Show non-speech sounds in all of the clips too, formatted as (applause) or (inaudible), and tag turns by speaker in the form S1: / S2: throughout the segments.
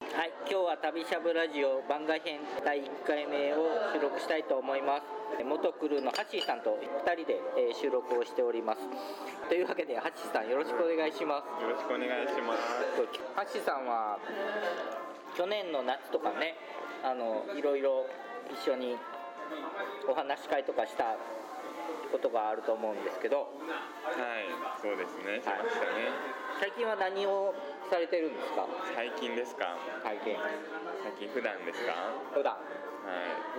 S1: 今日は旅しゃぶラジオ番外編第1回目を収録したいと思います元クルーのハッシーさんと2人でえー収録をしておりますというわけでハッシーさんよろしくお願いします
S2: よろしくお願いします。
S1: ハッシーさんは去年の夏とかねあのいろいろ一緒にお話し会とかしたことがあると思うんですけど
S2: はい、そうですね、しましたね。
S1: 最近は何をされてるんですか
S2: 最近ですか。
S1: 体験
S2: 最近普段ですか。は
S1: 普段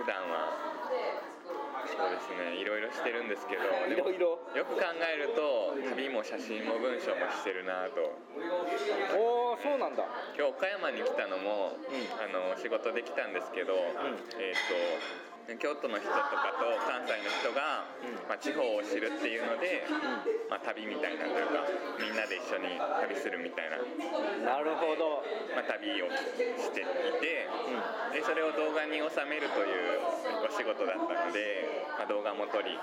S2: い、普段は。そうですね、いろいろしてるんですけど、で
S1: いろ
S2: も
S1: いろ
S2: よく考えると、旅も写真も文章もしてるなぁと。
S1: おおそうなんだ
S2: 今日岡山に来たのも、あの仕事で来たんですけど、えっ、と京都の人とかと関西の人が、まあ、地方を知るっていうので、まあ、旅みたいなというかみんなで一緒に旅するみたいな、
S1: なるほど
S2: まあ、旅をしていて、でそれを動画に収めるというお仕事だったので、まあ、動画も撮り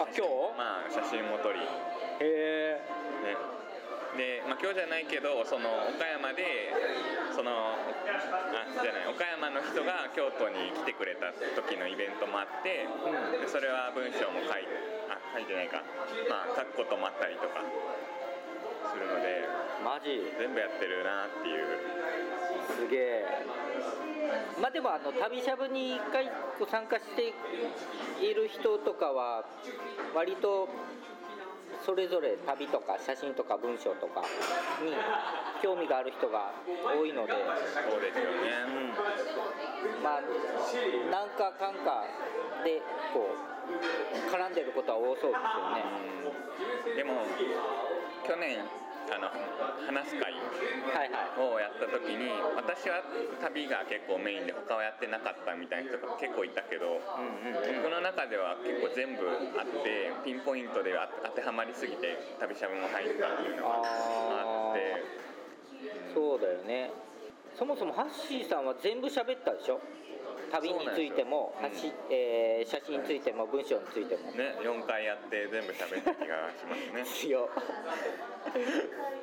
S1: あ今日
S2: まあ、写真も撮り。
S1: へえ
S2: ねで、まあ、今日じゃないけどその岡山でそのあじゃない岡山の人が京都に来てくれた時のイベントもあって、でそれは文章も書いあ書いてないか、まあ、書くこともあったりとかするので
S1: マジ
S2: 全部やってるなっていう
S1: すげえまあでもあの旅しゃぶに1回こう参加している人とかは割とそれぞれ旅とか写真とか文章とかに興味がある人が多いので、
S2: そうですよね、
S1: まあなんかかんかでこう絡んでることは多そうですよね。
S2: でも去年あの話す会
S1: はいはい
S2: をやった時に私は旅が結構メインで他はやってなかったみたいな人が結構いたけど、僕の中では結構全部あってピンポイントでは当てはまりすぎて旅しゃぶも入ったっていうのがあ
S1: あ
S2: って
S1: ーそうだよねそもそもハッシーさんは全部喋ったでしょ旅についても、
S2: そうなんです
S1: 走
S2: よ
S1: えー写真についても文章についても
S2: ね4回やって全部喋った気がしますね。 (laughs)
S1: い (laughs) や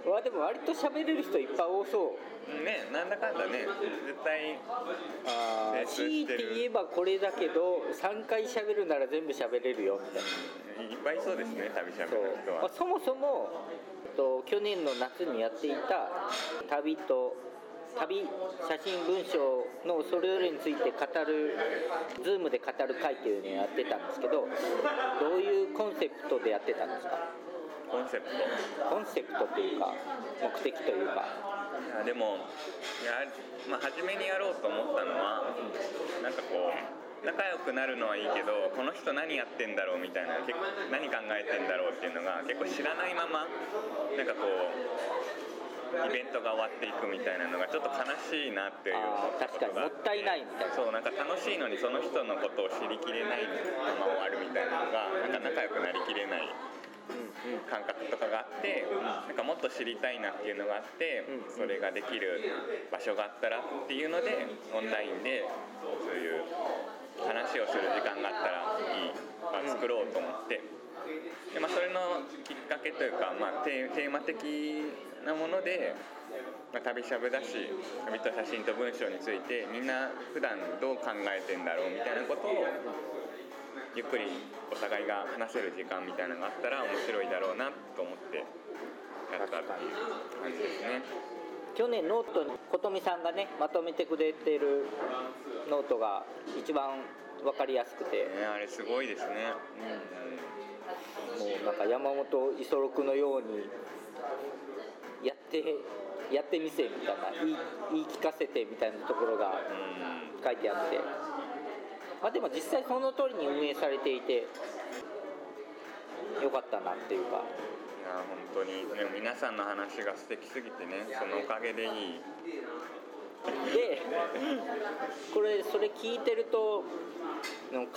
S1: わでも割と喋れる人いっぱい多そう
S2: ねなんだかんだね絶対
S1: あ
S2: ね
S1: ー強いて言えばこれだけど3回喋るなら全部喋れるよみたいない
S2: っぱいそうですね旅しゃぶ
S1: そう
S2: の人
S1: まあ
S2: は。
S1: そもそもえっと去年の夏にやっていた旅と旅写真文章のそれぞれについて語る Zoom で語る会っていうのをやってたんですけどどういうコンセプトでやってたんですか
S2: コンセプト
S1: コンセプトというか目的というか
S2: いやでもいや、まあ、初めにやろうと思ったのはなんかこう仲良くなるのはいいけどこの人何やってんだろうみたいな結構何考えてんだろうっていうのが結構知らないままなんかこうイベントが終わっていくみたいなのがちょっと悲しいなっていう思ったことがあ
S1: あー確かにもったいないみたいな
S2: そうなんか楽しいのにその人のことを知りきれないまま終わるみたいなのがなんか仲良くなりきれない感覚とかがあってなんかもっと知りたいなっていうのがあって
S1: うん
S2: それができる場所があったらっていうのでオンラインでそういう話をする時間があったらいい場作ろうと思ってで、まあ、それのきっかけというか、まあ、テーテーマ的なもので。まあ、旅しゃぶだし旅と写真と文章についてみんな普段どう考えてんだろうみたいなことをゆっくりお互いが話せる時間みたいなのがあったら面白いだろうなと思ってやったっていう感じですね。
S1: 去年ノートに琴美さんがねまとめてくれてるノートが一番分かりやすくて
S2: ねあれすごいですね。
S1: もうなんか山本五十六のようにやってやってみせみたいな言い言い聞かせてみたいなところ
S2: う
S1: が
S2: ん、
S1: 書いてあって、まあ、でも実際その通りに運営されていてよかったなっていうか
S2: いや本当にでも皆さんの話が素敵すぎてねそのおかげでいい。
S1: でこれそれ聞いてると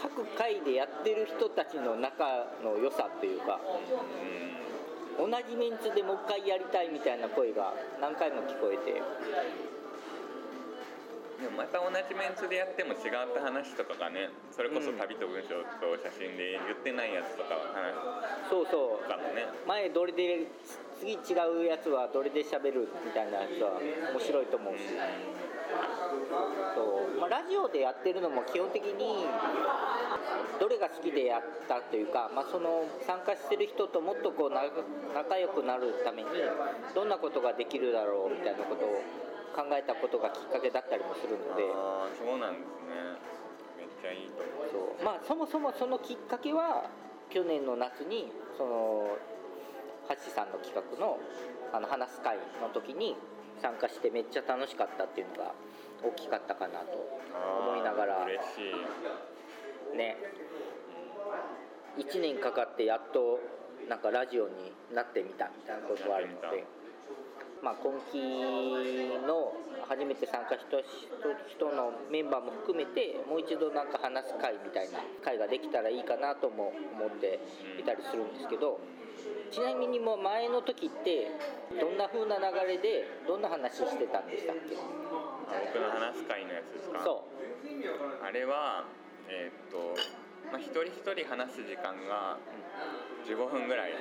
S1: 各回でやってる人たちの中の良さっていうか
S2: うん
S1: 同じメンツでもう一回やりたいみたいな声が何回も聞こえて。
S2: でもまた同じメンツでやっても違った話とかがねそれこそ旅と文章と写真で言ってないやつとかの話
S1: そうそう
S2: とかもね
S1: 前どれで次違うやつはどれで喋るみたいなやつは面白いと思うし、ラジオでやってるのも基本的にどれが好きでやったというか、まあ、その参加してる人ともっとこうな仲良くなるためにどんなことができるだろうみたいなことを考えたことがきっかけだったりもするので
S2: ああそうなんですねめっちゃいいと思う
S1: そう、まあ、そもそもそのきっかけは去年の夏にその橋さんの企画のあの話す会の時に参加してめっちゃ楽しかったっていうのが大きかったかなと思いながら。
S2: 嬉しい
S1: ね1年かかってやっとなんかラジオになってみたみたいなことはあるの
S2: なってみ
S1: で、まあ、今期の初めて参加した人のメンバーも含めてもう一度なんか話す会みたいな会ができたらいいかなとも思っていたりするんですけどちなみにもう前の時ってどんな風な流れでどんな話してたんでしたっけ
S2: あ僕の話す会のやつですか
S1: そう
S2: あれはえーっと、まあ、一人一人話す時間が15分ぐらい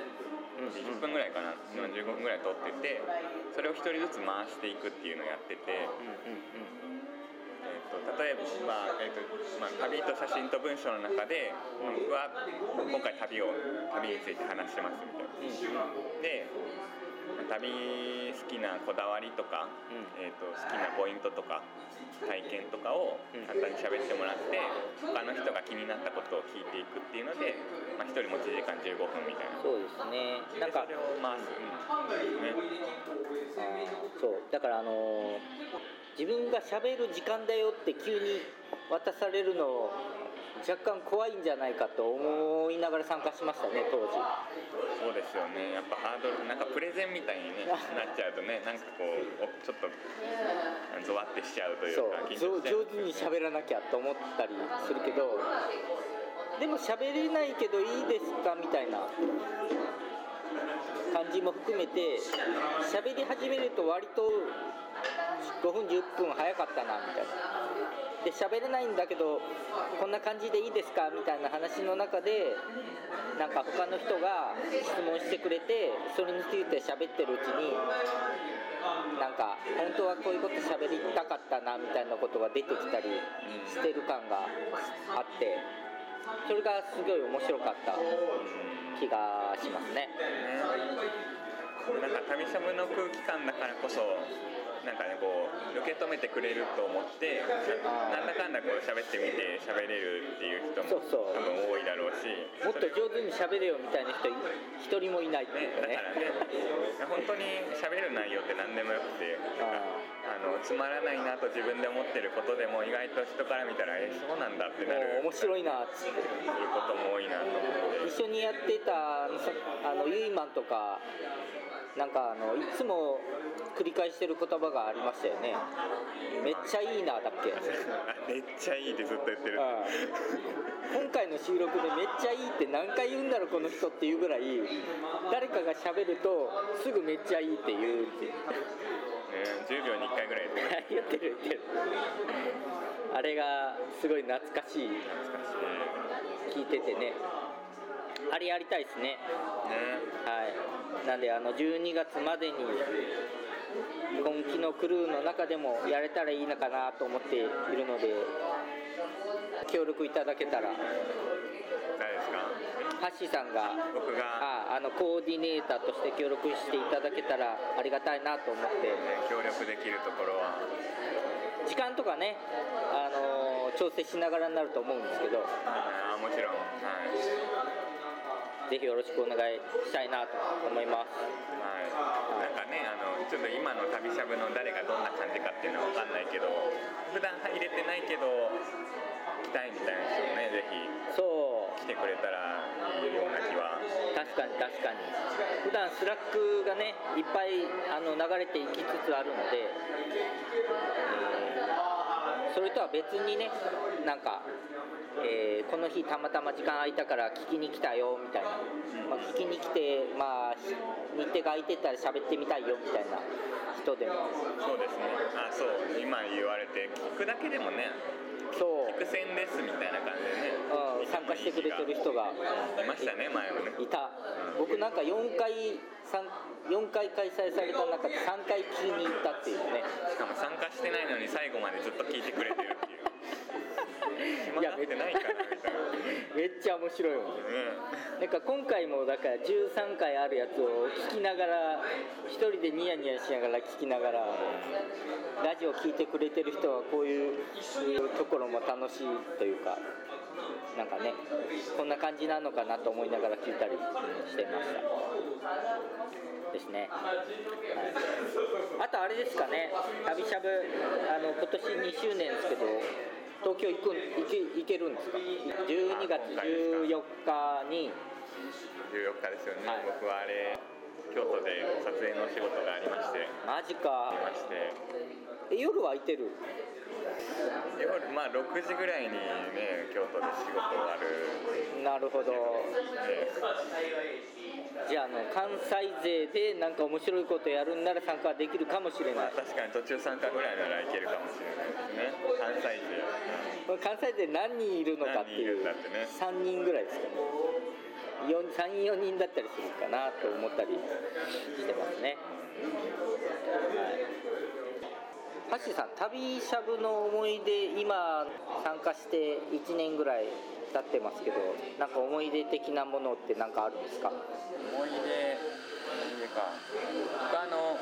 S1: うん
S2: 20分ぐらいかな今15分ぐらい取っててそれを一人ずつ回していくっていうのをやってて、え
S1: うんうん
S2: ー、と例えば、えーとまあ、旅と写真と文章の中で、まあ僕は今回旅を旅について話してますみたい
S1: う
S2: な。
S1: んうん
S2: でまあ旅好きなこだわりとか、
S1: うん
S2: えー、と好きなポイントとか体験とかを
S1: うん
S2: 簡単に喋ってもらって、他の人が気になったことを聞いていくっていうので、まあ、1人持ち時間15分みたいな。
S1: そうですねなんか
S2: でそれを回す、うんね、
S1: そうだからあのー自分が喋る時間だよって急に渡されるの若干怖いんじゃないかと思いながら参加しましたね当時
S2: そうですよねやっぱハードルなんかプレゼンみたい
S1: (laughs)
S2: に、ね、なっちゃうとねなんかこうおちょっとゾワってしちゃうという
S1: そ
S2: か緊
S1: う上
S2: 張しちゃ
S1: 上手
S2: う
S1: に喋らなきゃと思ったりするけどでも喋れないけどいいですかみたいな感じも含めて喋り始めると割と5分10分早かったなみたいなで喋れないんだけどこんな感じでいいですかみたいな話の中でなんか他の人が質問してくれてそれについて喋ってるうちになんか本当はこういうこと喋りたかったなみたいなことが出てきたりしてる感があってそれがすごい面白かった気がしますね。
S2: ね、なんか旅しゃぶの空気感だからこそなんかねこう受け止めてくれると思ってなんだかんだこう喋ってみて喋れるっていう人も
S1: そうそう
S2: 多分多いだろうし
S1: もっと上手に喋れよみたいな人い一人もいないってい
S2: ね、
S1: う
S2: だ
S1: ね
S2: からね本当に喋る内容って何でもよくてあのつまらないなと自分で思ってることでも意外と人から見たらえそうなんだって
S1: も
S2: なる
S1: う面白いなっつって
S2: いうことも多いなと思って
S1: 一緒にやってたあのさあのユイマンとかなんかあのいつも繰り返してる言葉がありましたよねめっちゃいいなだっけ
S2: あ (laughs) めっちゃいいってずっと言ってる
S1: ああ (laughs) 今回の収録でめっちゃいいって何回言うんだろうこの人っていうぐらい誰かが喋るとすぐめっちゃいいって言うっていう (laughs)
S2: ね10秒に1回ぐらい言
S1: 言っ
S2: ってる
S1: てる言ってるあれがすごい懐かしい
S2: 懐かしい
S1: 聞いててねあれやりたいですね
S2: ね
S1: はいなんであの12月までに今期のクルーの中でもやれたらいいのかなと思っているので協力いただけたら
S2: 誰ですか
S1: ハッシーさんが
S2: 僕が
S1: ああのコーディネーターとして協力していただけたらありがたいなと思って
S2: ね協力できるところは
S1: 時間とかね、あのー調整しながらになると思うんですけど
S2: あもちろんはい、
S1: ぜひよろしくお願いしたいなと思います
S2: はい、なんかねあのちょっと今の旅しゃぶの誰がどんな感じかっていうのは分かんないけど普段入れてないけど来たいみたいな人もねぜ
S1: そう
S2: ひ来てくれたらいいような気は
S1: 確かに確かに普段スラックがねいっぱいあの流れていきつつあるので、えーそれとは別にねなんか、えーこの日たまたま時間空いたから聞きに来たよみたいな、まあ、聞きに来て、まあ、日日程が空いてたら喋ってみたいよみたいな人でも
S2: そうですねあそう今言われて聞くだけでもね
S1: そう
S2: 聞く線ですみたいな感じでね
S1: うん参加してくれてる人が
S2: いましたね前はね
S1: いた僕なんか4回三四回開催された中で3回聞きに行ったっていうね
S2: しかも参加してないのに最後までずっと聞いてくれてるっていう
S1: (laughs) っちゃ面白いもんなんか今回もだから13回あるやつを聞きながら一人でニヤニヤしながら聞きながらラジオ聞いてくれてる人はこういうところも楽しいというかなんかねこんな感じなのかなと思いながら聞いたりしてましたですねはいあとあれですかね旅しゃぶあの今年2周年ですけど東京行くん行け行けるんですか12月14日に
S2: 14日ですよね、
S1: はい
S2: 僕はあれ京都で撮影のお仕事がありまして
S1: マジか
S2: ありまして
S1: え夜は空いてる
S2: 夜まあ6時ぐらいにね京都で仕事終わる
S1: なるほど
S2: で
S1: じゃああの関西勢でなんか面白いことやるんなら参加できるかもしれな
S2: ま
S1: い
S2: あ確かに途中参加ぐらいならいけるかもしれないですね関西勢
S1: これ関西勢何人いるのかってい
S2: 何人いる
S1: うん
S2: だってね
S1: 3人ぐらいですかね34人だったりするかなと思ったりしてますね、はい、ハッシーさん旅しゃぶの思い出今参加して1年ぐらい経ってますけどなんか思い出的なものって何かあるんですか
S2: 思い出思い出か僕あの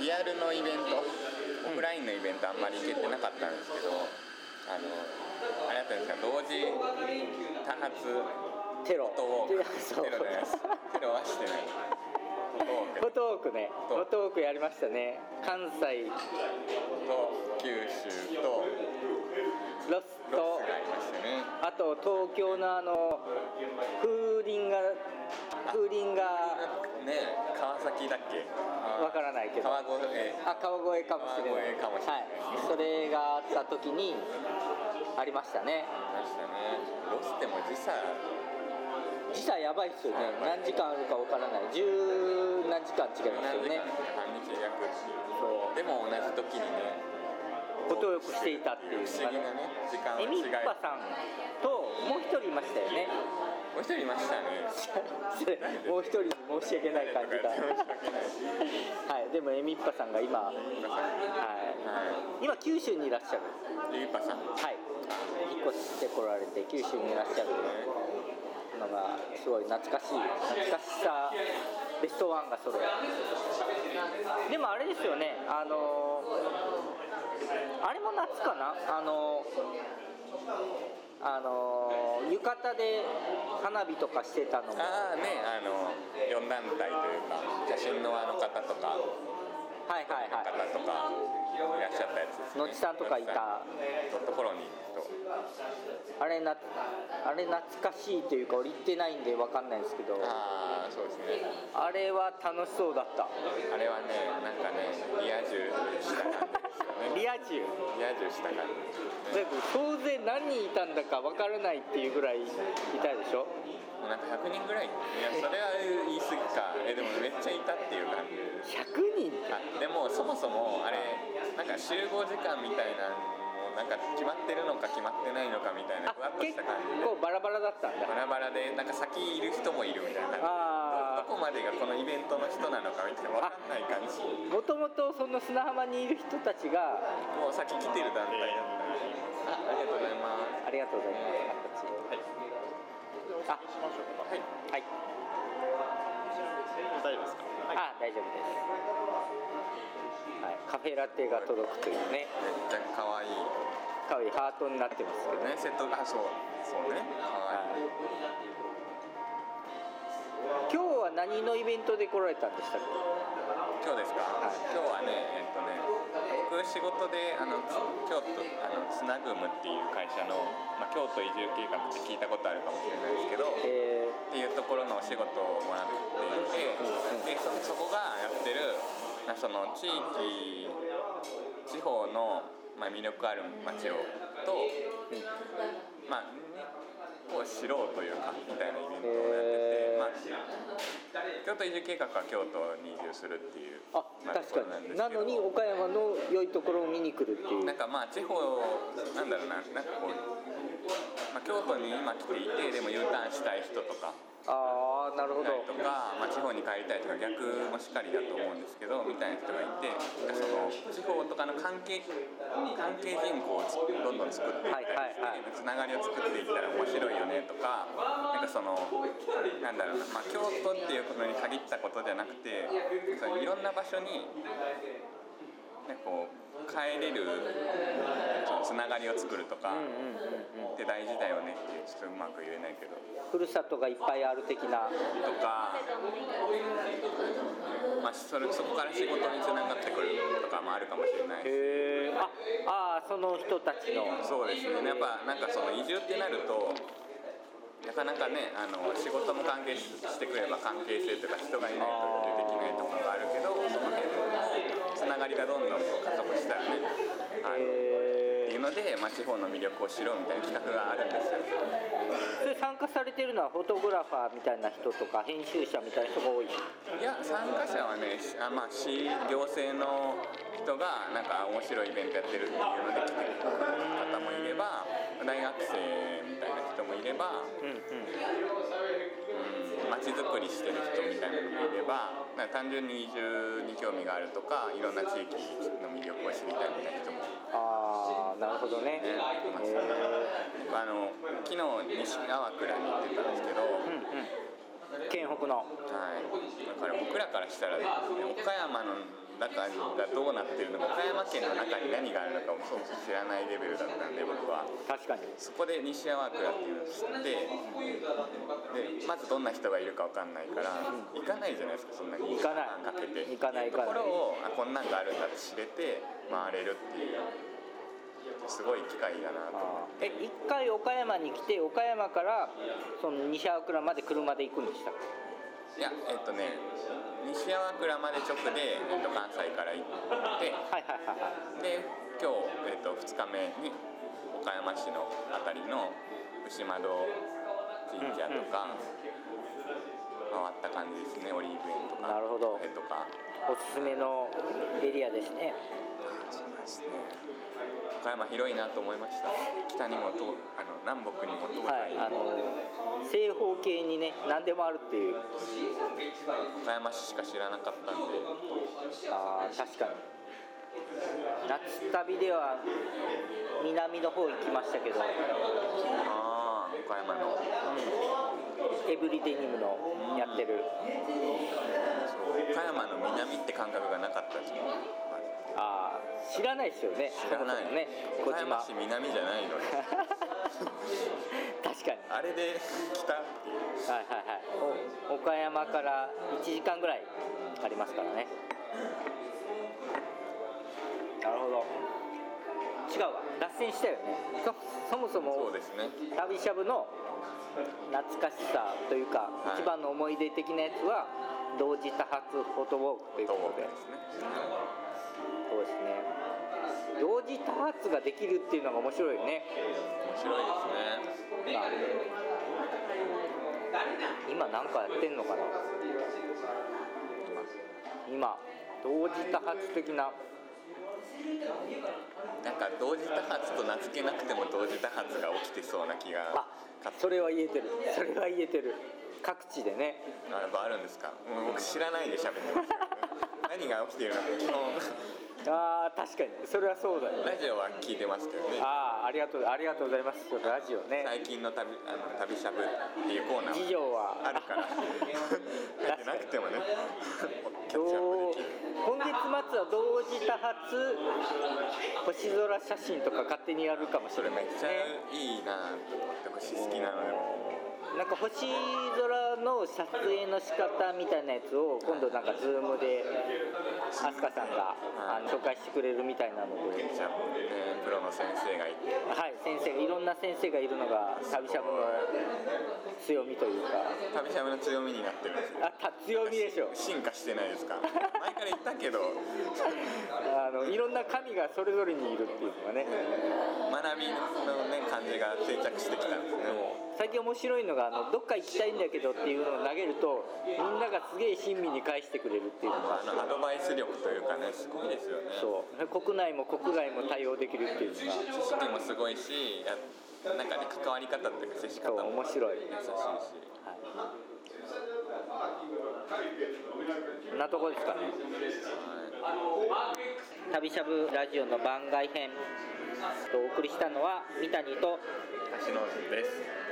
S2: リアルのイベントオフラインのイベントあんまり行けてなかったんですけどあのあれだったんですか同時多発
S1: テロ
S2: フォトウォーク
S1: そう
S2: テロじゃないですテロはしてないフォトウォーク
S1: フォトウォークねフォトウォ
S2: そう
S1: ークやりましたね関西
S2: と九州と
S1: ロスと
S2: ロスがありましたね
S1: あと東京のあの風鈴が風鈴が
S2: ね川崎だっけ
S1: わからないけど
S2: 川越え
S1: あ川越かもしれない
S2: 川越かもしれな
S1: は
S2: い
S1: い、それがあった時にありましたね
S2: ましたねロスでも時差
S1: 時差やばいっすよね
S2: やば
S1: 何
S2: い
S1: 時間あるかわからない十何時間違いますよ
S2: 何時
S1: ね
S2: 間半日約
S1: そう
S2: でも同じ時にね
S1: フォトウォークしていたっていうのがね
S2: 不思議なね時間の
S1: エミッ
S2: 違い
S1: パさんともう一人いましたよね
S2: もう一人いましたね
S1: (laughs) もう一人に申し訳ない感じがはいでもエミッパさんが今、は
S2: エミッパさん
S1: い、
S2: は
S1: 今九州にいらっしゃる
S2: いエミッパさん
S1: はい引っ越してこられて九州にいらっしゃるのがすごい懐かしい懐かしさベストワンがそれでもあれですよねあのあれも夏かなあのあの浴衣で花火とかしてたのも
S2: ああねあの4団体というか写真のあの方とか
S1: はいはい
S2: 方
S1: は
S2: とかいらっしゃったやつですね
S1: のちさんとかいた
S2: のちさんのところにと
S1: いあれなあれ懐かしいというか俺行ってないんで分かんないんですけど
S2: ああそうですね
S1: あれは楽しそうだった
S2: あれはねなんかねリア充した感じですよね (laughs)
S1: リア充
S2: リア充した感じ
S1: だって総勢何人いたんだか分からないっていうぐらいいたでしょ
S2: もうなんか100人ぐらいいやそれは言い過ぎかえでもめっちゃいたっていう感じ
S1: 100人
S2: あでもそもそもあれなんか集合時間みたいなのもなんか決まってるのか決まってないのかみたいな
S1: あ
S2: ふわっとし
S1: 結
S2: た感じで
S1: 構バラバラだったんだ
S2: バラバラでなんか先いる人もいるみたいな
S1: あ
S2: どこまでがこのイベントの人なのかみたいな分かんない感じ
S1: あもともとその砂浜にいる人たちが
S2: もう先来てる団体だったりあありがとうございます
S1: ありがとうございます
S3: はい。
S1: あ
S3: しましょうか。
S2: はい
S1: はい
S3: 大丈夫ですか。はい。
S1: あ大丈夫です、はい、カフェラテが届くというね
S2: めっちゃ可愛い
S1: かわいいハートになってますけどね
S2: ねセットがあそうそうね可愛い
S1: はい今日は何のイベントで来られたんでしたっけ
S2: 今日ですか、
S1: はい
S2: 今日はねえっとね僕仕事であのつ京都あのスナグムっていう会社の、まあ、京都移住計画って聞いたことあるかもしれないですけどっ
S1: え
S2: ていうところのお仕事をもらっていてでそそこがやってるまあその地域地方の、まあ、魅力ある街をと、まあこう知ろうというかみたいなイベントをやってて、まあ、京都移住計画は京都に移住するっていう
S1: ー、あ
S2: まあ
S1: 確
S2: ところ
S1: か
S2: ん
S1: に
S2: ですけ
S1: な
S2: ど
S1: のに岡山の良いところを見に来るっていう
S2: なんかまあ地方なんだろうななんかこう、まあ、京都に今来ていてでも U ターンしたい人とか
S1: ああなるほど
S2: たりとか、まあ、地方に帰りたいとか逆もしかりだと思うんですけどみたいな人がいてその地方とかの関係関係人口をどんどん作っていったり
S1: はいはいはい
S2: して、つながりを作っていったら面白いよねとかなんかそのなんだろうな、まあ、京都っていうことに限ったことじゃなくてそのいろんな場所になんかこう帰れるそのつながりを作るとか
S1: うんうんうんうん
S2: って大事だよねってちょっとうまく言えないけど。
S1: ふるさとがいっぱいある的な
S2: とか、まあ、それそこから仕事につながってくるとかもあるかもしれない
S1: へ
S2: です
S1: えああーその人たちの
S2: そうですねやっぱなんかその移住ってなるとなかなかねあの仕事も関係ししてくれば関係性とか人がいないとできないところがあるけどその辺のつながりがどんどん加速したらねあのってい
S1: へ
S2: うので、まあ、地方の魅力を知ろうみたいな企画があるんですよ
S1: え参加されてるのはフォトグラファーみたいな人とか編集者みたいな人が多い
S2: いや参加者はねしあ、まあ、市行政の人がなんか面白いイベントやってるっていうので来てる方もいれば大学生みたいな人もいれば
S1: うんうん
S2: まちづくりしてる人みたいなのもいればなんか単純に移住に興味があるとかいろんな地域の魅力を知りたいみたいな人も
S1: ああなるほどね
S2: ねいますねあの昨日西川倉に行ってたんですけど、
S1: うんうん県北の
S2: はい、だから僕らからしたら、ね、岡山の中がどうなってるのか岡山県の中に何があるのかもそうそう知らないレベルだったんで僕は
S1: 確かに
S2: そこで西山倉っていうのを知ってでまずどんな人がいるかわかんないから行かないじゃないですかそんなに
S1: 行かない
S2: かけて
S1: 行かない行かない
S2: ところをあこんなんがあるんだって知れて回れるっていうすごい機会だなと思って
S1: あーえ一回岡山に来て岡山からその西青倉まで車で行くんでしたっけ
S2: いや、えっとね、西山倉まで直で、えっと、関西から行って、
S1: はいはいはいはい
S2: で、今日、えっと、2日目に岡山市のあたりの牛窓神社とか、回った感じですね、オリーブ園とか、
S1: なるほど
S2: カフェとか、
S1: おすすめのエリアですね
S2: そうですね。岡山広いなと思いました。北にも東、あの南北にも東
S1: は
S2: 西
S1: い
S2: に
S1: あ
S2: も、
S1: の正方形にね何でもあるっていう
S2: 岡山市しか知らなかったんで、
S1: あー確かに夏旅では南の方行きましたけど、
S2: ああ、岡山の。
S1: うん、エブリデニムのやってる
S2: そう岡山の南って感覚がなかったですもん知
S1: あー知らないですよね
S2: らない
S1: そもそもね小
S2: 岡山
S1: 島
S2: 市南じゃないのに
S1: 確かに
S2: あれで北っていう
S1: はいはいはいお岡山から1時間ぐらいありますからねなるほど違うわ脱線したよねそそもそ
S2: そ
S1: も
S2: うですね
S1: 旅しゃぶの懐かしさというか、
S2: い
S1: 一番の思い出的なやつは同時多発フォトウォークという
S2: 東
S1: こと
S2: 北
S1: で
S2: です
S1: そうですね
S2: ね
S1: 同時多発ができるっていうのが面白いよね
S2: 面白いですね
S1: 今今なんかやってんのかな今同時多発的な
S2: なんか同時多発と名付けなくても同時多発が起きてそうな気が
S1: あ
S2: 勝手
S1: それは言えてるそれは言えてる各地でね
S2: あやっぱあるんですかもう僕知らないで喋ってますけど何が起きてるのか基本
S1: あー確かにそれはそうだよ
S2: ラジオは聞いてますけどね
S1: ああありがとうありがとうございますちょっとラジオね
S2: 最近の旅あの旅しゃぶっていうコーナーは
S1: 事情は
S2: あるから。入ってなくてもね。キャ
S1: ど
S2: ッ
S1: う
S2: チアップできる。
S1: 今月末は同時多発星空写真とか勝手にやるかもし
S2: それ
S1: れない
S2: めっ
S1: です
S2: ちゃ
S1: ね
S2: いいなと思って、星好きなのでも。
S1: なんか星空の撮影の仕方みたいなやつを今度なんかズームで飛鳥さんがあの紹介してくれるみたいなの
S2: キ
S1: で
S2: ャッチアップでね、プロの先生がいて。
S1: はい先生いろんな先生がいるのが旅しゃぶの強みというか
S2: 旅しゃぶの強みになってるんですよ。
S1: あた強みでしょ
S2: 進化してないですか。前から言ったけど、
S1: あのいろんな神がそれぞれにいるっていうのがね
S2: 学びのね、感じが定着してきたんですね。
S1: 最近面白いのがあのどっか行きたいんだけどっていうのを投げるとみんながすげえ親身に返してくれるっていうのが
S2: あのアドバイス力というかね、すごいですよね。
S1: そう国内も国外も対応できるっていうのが
S2: 知識もすごいし、やなんかね、関わり方っていうか接し
S1: そ
S2: 方
S1: う
S2: も
S1: 面白い、はい、
S2: 優しいし。
S1: なとこですかね旅しゃぶラジオの番外編とお送りしたのは三谷と
S2: 橋野で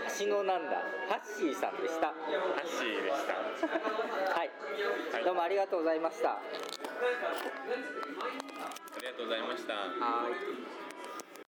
S2: す
S1: 橋野なんだハッシーさんでした
S2: ハッシーでした
S1: は
S2: はいい
S1: どうもありがとうございました
S2: ありがとうございました
S1: はい